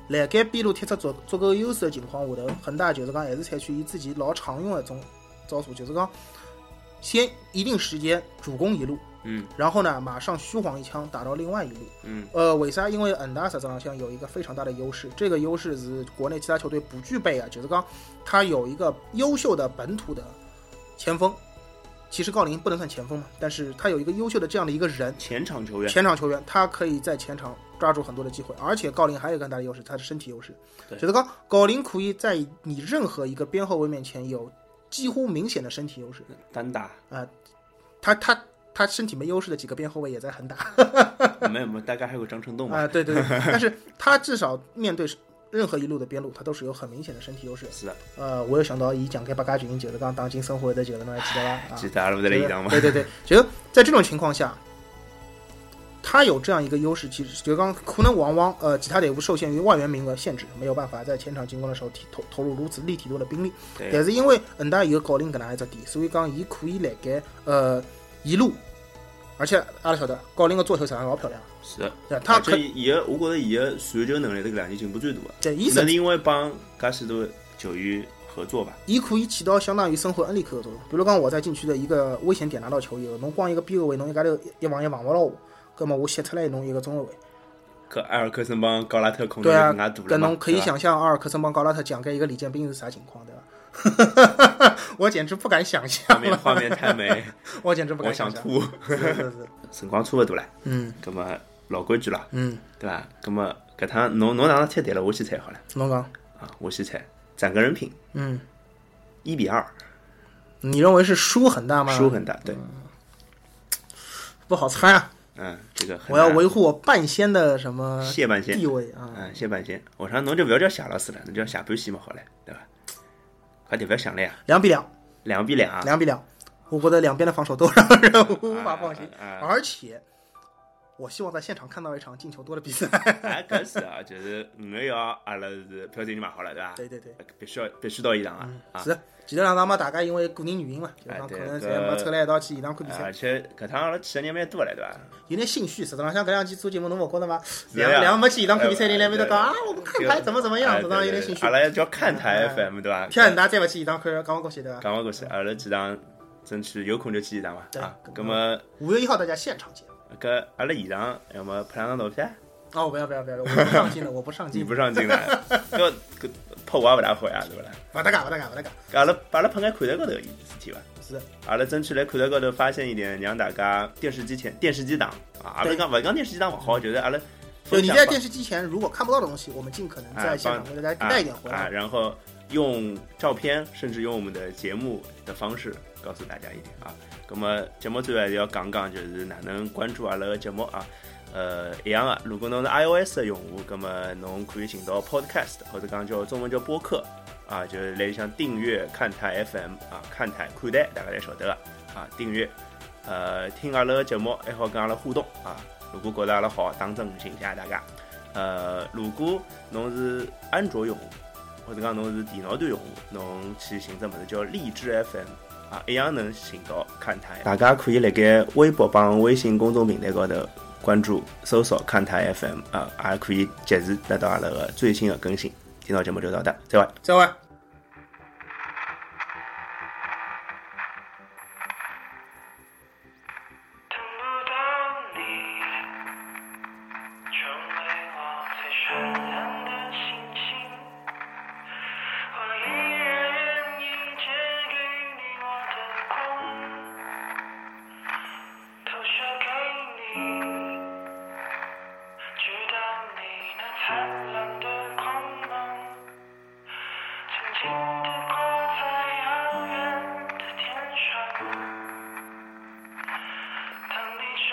Speaker 2: 辣盖边路踢出足足够优势的情况下头，恒大就是讲还是采取伊自己老常用的一种招数，就是讲，先一定时间主攻一路，
Speaker 1: 嗯
Speaker 2: 然后呢，马上虚晃一枪打到另外一路。
Speaker 1: 嗯，
Speaker 2: 呃，为啥？因为恒大实际上像有一个非常大的优势，这个优势是国内其他球队不具备啊，就是讲他有一个优秀的本土的前锋，其实郜林不能算前锋嘛，但是他有一个优秀的这样的一个人，
Speaker 1: 前场球员，
Speaker 2: 前场球员，他可以在前场抓住很多的机会，而且郜林还有一个很大的优势，他的身体优势，
Speaker 1: 对
Speaker 2: 就是讲郜林可以在你任何一个边后卫面前有几乎明显的身体优势，
Speaker 1: 单 打，
Speaker 2: 他他他身体没优势的几个边后卫也在很打。
Speaker 1: 没有没有，大概还有个张成栋嘛，
Speaker 2: 啊、对对对，但是他至少面对任何一路的边路，他都是有很明显的身体优势。
Speaker 1: 是的，
Speaker 2: 呃，我又想到以蒋盖八嘎群就是刚当今生活的就是侬还记 得吧？啊，
Speaker 1: 记得阿拉不在来一档嘛，
Speaker 2: 对对对，就是在这种情况下，他有这样一个优势，其实就刚可能往往呃其他队伍受限于外援名额限制，没有办法在前场进攻的时候提投投入如此立体多的兵力。
Speaker 1: 对啊
Speaker 2: 但是因为恒大有郜林搿能样一只点，所以讲伊可以辣盖呃一路，而且阿拉晓得郜林个做球实际上老漂亮，
Speaker 1: 是的。
Speaker 2: 对吧？他
Speaker 1: 而
Speaker 2: 可
Speaker 1: 且伊个，我觉着伊个传球能力是搿两年进步最大的，
Speaker 2: 对伊
Speaker 1: 那
Speaker 2: 实
Speaker 1: 是因为帮介许多球员合作吧，
Speaker 2: 伊可以起到相当于生活恩利克的作用。比如讲，我在禁区的一个危险点拿到球以后，侬光一个边后卫，侬一家头一防也防勿牢我，葛么我吸出来侬一个中后卫。
Speaker 1: 搿埃尔克森帮高拉特空间
Speaker 2: 对啊
Speaker 1: 更加大
Speaker 2: 搿
Speaker 1: 了嘛，
Speaker 2: 侬可以
Speaker 1: 对吧
Speaker 2: 想象阿尔克森帮高拉特讲给一个李建斌是啥情况，对吧？ 我简直不敢想
Speaker 1: 画
Speaker 2: 象
Speaker 1: 面
Speaker 2: 了，
Speaker 1: 画面太 美，
Speaker 2: 我简直不
Speaker 1: 我
Speaker 2: 敢
Speaker 1: 想
Speaker 2: 想象。
Speaker 1: 吐。
Speaker 2: 是是是，
Speaker 1: 辰光差勿多了，
Speaker 2: 嗯
Speaker 1: 葛么老规矩了，
Speaker 2: 嗯，
Speaker 1: 对伐？葛么搿趟侬侬哪能猜对了？我先猜好了
Speaker 2: 侬讲，
Speaker 1: 啊，我先猜，攒个人品
Speaker 2: 嗯，
Speaker 1: 一比二，
Speaker 2: 你认为是输很大吗？
Speaker 1: 输很大，对，
Speaker 2: 嗯不好猜啊！
Speaker 1: 嗯，这个很
Speaker 2: 我要
Speaker 1: 难
Speaker 2: 维护我半仙的什么
Speaker 1: 谢半仙，
Speaker 2: 地位啊？
Speaker 1: 嗯，谢半仙，我说侬就不要叫谢老师了，侬叫谢半仙嘛好了，对伐？快点，不要想了呀，
Speaker 2: 两比两，
Speaker 1: 两比两啊，
Speaker 2: 两比两，我觉得两边的防守都让人无法放心。
Speaker 1: 啊，
Speaker 2: 而且，我希望在现场看到一场进球多的比赛。
Speaker 1: 哎，搿是 啊，就是五个要阿拉是票已经买好了，对伐？
Speaker 2: 对对对，
Speaker 1: 必须要必须到现场啊
Speaker 2: 嗯，
Speaker 1: 啊，
Speaker 2: 是。前头两场嘛，大家因为个人原因嘛，就
Speaker 1: 哎
Speaker 2: 讲
Speaker 1: 对哎
Speaker 2: 可能
Speaker 1: 搿
Speaker 2: 侪没凑来一道去现场看比赛，
Speaker 1: 而且搿趟阿拉去的人蛮多了，对伐？
Speaker 2: 有点心虚。实际上，像搿两期做节目，侬勿觉得吗？
Speaker 1: 是
Speaker 2: 两
Speaker 1: 呀
Speaker 2: 两个没去现场看比赛的
Speaker 1: 哎
Speaker 2: 人来面头
Speaker 1: 对
Speaker 2: 讲啊，我们看牌怎么怎么样，
Speaker 1: 哎
Speaker 2: 实际上有点心虚
Speaker 1: 阿。拉要叫看台
Speaker 2: 嗯
Speaker 1: FM 对吧？
Speaker 2: 天恒大再勿去现场看，讲勿过去对伐？
Speaker 1: 讲完过去，阿拉几场争取有空就去现场嘛。
Speaker 2: 对
Speaker 1: 啊，
Speaker 2: 搿
Speaker 1: 葛么
Speaker 2: 五月一号大家现场见。
Speaker 1: 搿阿拉现场要么拍两张照片，
Speaker 2: 哦，不要不要不要，我不上镜了，我不上
Speaker 1: 你
Speaker 2: 镜，
Speaker 1: 不上镜了， 搿搿拍我也勿大好呀，对勿啦？
Speaker 2: 勿搭嘎勿搭嘎勿搭嘎。
Speaker 1: 搿阿拉阿拉喷眼看台高头的事体伐？
Speaker 2: 是的，
Speaker 1: 阿拉啊争取来看台高头发现一点，让大家电视机前电视机党啊，阿拉
Speaker 2: 对
Speaker 1: 讲勿讲电视机党勿好，就是阿拉
Speaker 2: 就
Speaker 1: 分
Speaker 2: 你
Speaker 1: 享
Speaker 2: 在
Speaker 1: 吧
Speaker 2: 电视机前如果看不到的东西，我们尽可能在
Speaker 1: 哎
Speaker 2: 现场
Speaker 1: 帮
Speaker 2: 为大家
Speaker 1: 啊
Speaker 2: 带一点回来
Speaker 1: 啊，。然后用照片，甚至用我们的节目的方式告诉大家一点啊。那么节目最后还是要讲讲，就是哪能关注阿拉个节目啊。呃，一样啊，如果侬是 iOS 的用户，那么侬可以寻到 Podcast 或者讲叫中文叫播客啊，就是类像订阅看台 FM 啊，看台看台大家侪晓得个啊，订阅。呃，听阿拉个节目还好跟阿拉互动啊。如果觉得阿拉好，打正请谢谢大家。呃，如果侬是安卓用户，或者讲侬是电脑端用户，侬去寻只物事叫荔枝 FM 啊，一样能寻到看台。大家可以辣盖微博帮微信公众平台高头关注搜索看台 FM 啊，也可以及时得到阿拉个最新的更新。今朝节目就到这，再会。
Speaker 2: 再会。
Speaker 3: 等不到你，成为我最闪亮的星星。我依然愿意借给你我的光，今天挂在遥远的天上。当你升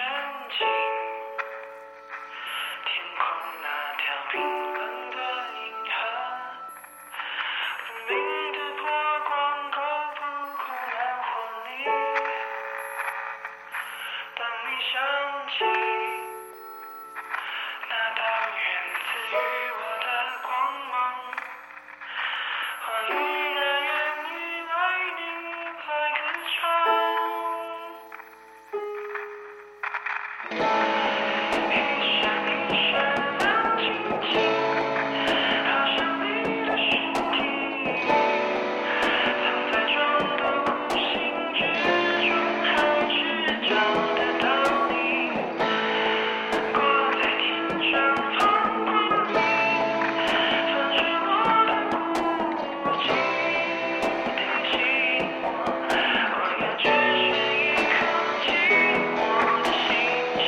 Speaker 3: 起，天空那条冰冷的银河。明的波光够不够暖和你？当你想起那道源自于我的光芒，我依然愿意为你来歌唱。一闪一闪亮晶晶。好像你的身体藏在众多苦心之中，还是找得到你。挂在天上放光明，放置我的孤寂。对不起，我要只是一颗寂寞的星星。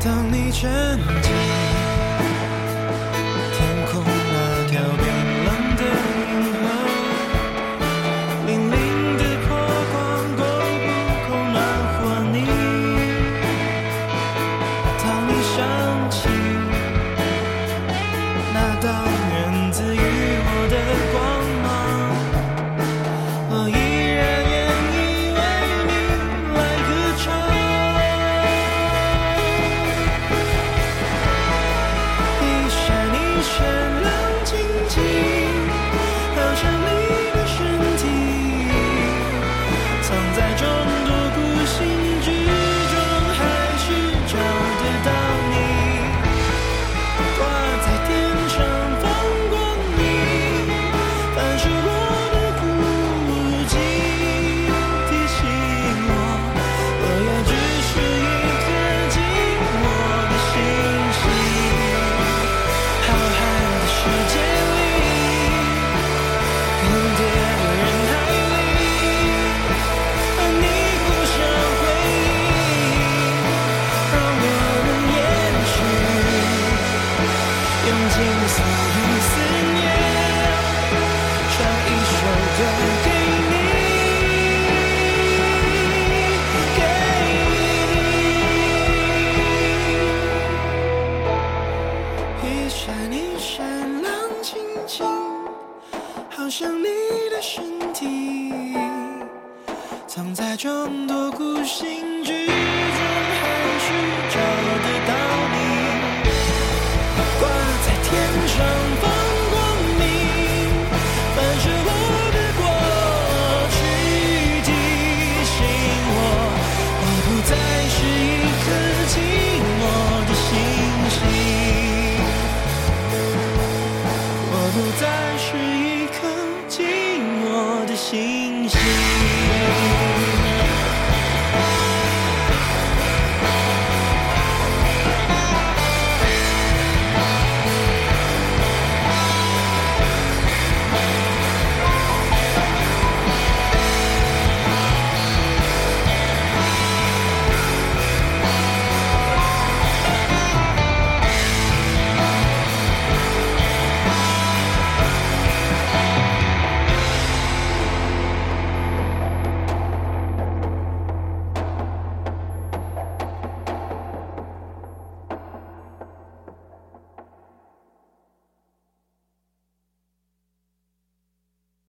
Speaker 4: 当你沉浸天空那条冰冷的银河，粼粼的波光够不够暖和你？当你想起那道源自于我的光芒，我依然愿意为你来歌唱。一闪一闪亮晶晶，好像你的身体，藏在众多孤星之中，还是找得到你。挂在天上放光明，反射我的孤寂，提醒我，我也只是一颗寂寞的星星。浩瀚的世界里，更迭的人海里，而你互相回应，让我们延续，用尽所有思念，唱一首歌给你，给你。一闪一闪亮晶晶，好像你的身体，藏在众多孤星之中，还是找得到你。挂在天上放光明，反射我的过去，提醒我，我不再是一颗寂寞的星星。我不再是一颗寂寞的星星。